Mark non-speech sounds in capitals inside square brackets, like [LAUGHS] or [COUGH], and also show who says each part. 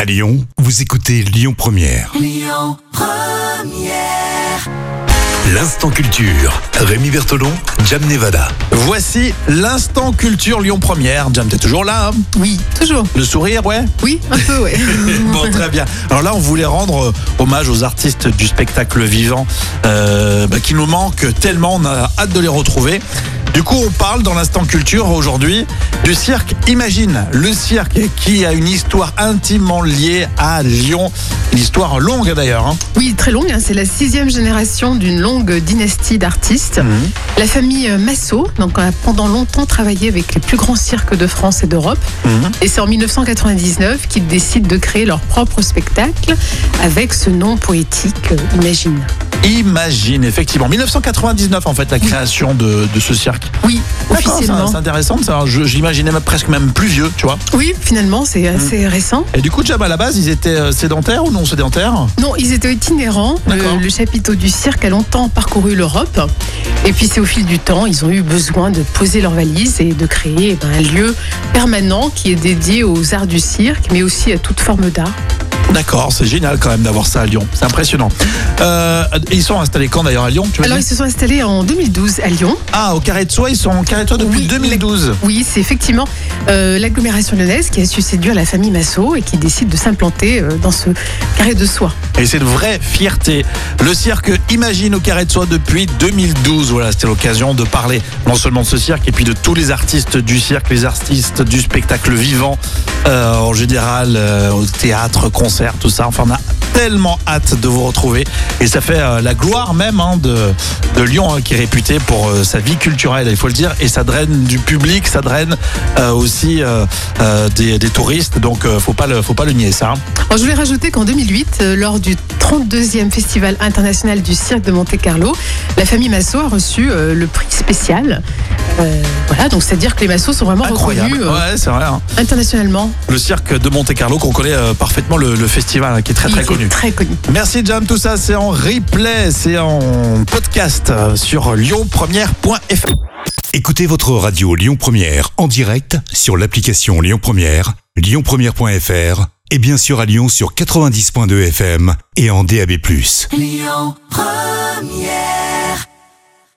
Speaker 1: À Lyon, vous écoutez Lyon Première. L'instant culture. Rémi Bertolon, Jam Nevada.
Speaker 2: Voici l'instant culture Lyon Première. Jam, t'es toujours là hein
Speaker 3: Oui, toujours.
Speaker 2: Le sourire, ouais
Speaker 3: Oui, un peu, ouais.
Speaker 2: [LAUGHS] Bon, très bien. Alors là, on voulait rendre euh, hommage aux artistes du spectacle vivant euh, bah, qui nous manquent tellement. On a hâte de les retrouver. Du coup, on parle dans l'instant culture aujourd'hui du cirque Imagine. Le cirque qui a une histoire intimement liée à Lyon. Une histoire longue d'ailleurs. hein.
Speaker 3: Oui, très longue. hein. C'est la sixième génération d'une longue dynastie d'artistes. La famille euh, Massot donc, a pendant longtemps travaillé avec les plus grands cirques de France et d'Europe.
Speaker 2: Mhm.
Speaker 3: Et c'est en 1999 qu'ils décident de créer leur propre spectacle avec ce nom poétique, euh, Imagine.
Speaker 2: Imagine, effectivement. 1999, en fait, la création de, de ce cirque.
Speaker 3: Oui,
Speaker 2: D'accord, c'est-
Speaker 3: officiellement.
Speaker 2: hein, C'est intéressant, de savoir. Je, je l'imaginais même- presque même plus vieux, tu vois.
Speaker 3: Oui, finalement, c'est assez récent.
Speaker 2: Et du coup, Jab, à la base, ils étaient euh, sédentaires ou non sédentaires
Speaker 3: Non, ils étaient itinérants. Le-
Speaker 2: D'accord.
Speaker 3: le chapiteau du cirque a longtemps parcouru l'Europe. Et puis c'est au fil du temps, ils ont eu besoin de poser leurs valises et de créer eh ben, un lieu permanent qui est dédié aux arts du cirque, mais aussi à toute forme d'art.
Speaker 2: D'accord, c'est génial quand même d'avoir ça à Lyon. C'est impressionnant. Euh, et ils sont installés quand d'ailleurs à Lyon tu m'as
Speaker 3: Alors ils
Speaker 2: dit
Speaker 3: se sont installés en 2012 à Lyon.
Speaker 2: Ah, au Carré de Soie, ils sont au Carré de Soie depuis
Speaker 3: Oui,
Speaker 2: 2012.
Speaker 3: Oui, c'est effectivement euh, l'agglomération lyonnaise qui a su séduire la famille Massot et qui décide de s'implanter euh, dans ce carré de soie.
Speaker 2: Et c'est une vraie fierté. Le cirque Imagine au Carré de Soie depuis 2012. Voilà, c'était l'occasion de parler non seulement de ce cirque, et puis de tous les artistes du cirque, les artistes du spectacle vivant, euh, en général, euh, au théâtre, concert, tout ça. Enfin, on a tellement hâte de vous retrouver. Et ça fait euh, la gloire même hein, de, de Lyon, hein, qui est réputé pour euh, sa vie culturelle, il faut le dire. Et ça draine du public, ça draine euh, aussi euh, euh, des, des touristes. Donc, euh, faut, pas le, faut pas le nier, ça. hein.
Speaker 3: Alors, je voulais rajouter qu'en 2008, euh, lors du 32e Festival international du cirque de Monte-Carlo, la famille Massot a reçu euh, le prix spécial. Euh, voilà, donc c'est-à-dire que les Massot sont vraiment
Speaker 2: Incroyable.
Speaker 3: reconnus euh,
Speaker 2: Ouais, c'est vrai. hein.
Speaker 3: internationalement.
Speaker 2: le cirque de Monte Carlo qu'on connaît euh, parfaitement le, le festival hein, qui est très très
Speaker 3: Il est
Speaker 2: connu.
Speaker 3: Très connu.
Speaker 2: Merci Jam, tout ça c'est en replay, c'est en podcast euh, sur lyonpremière.fr.
Speaker 1: Écoutez votre radio Lyon Première en direct sur l'application Lyon Première, lyonpremière.fr et bien sûr à Lyon sur 90.2 FM et en DAB+.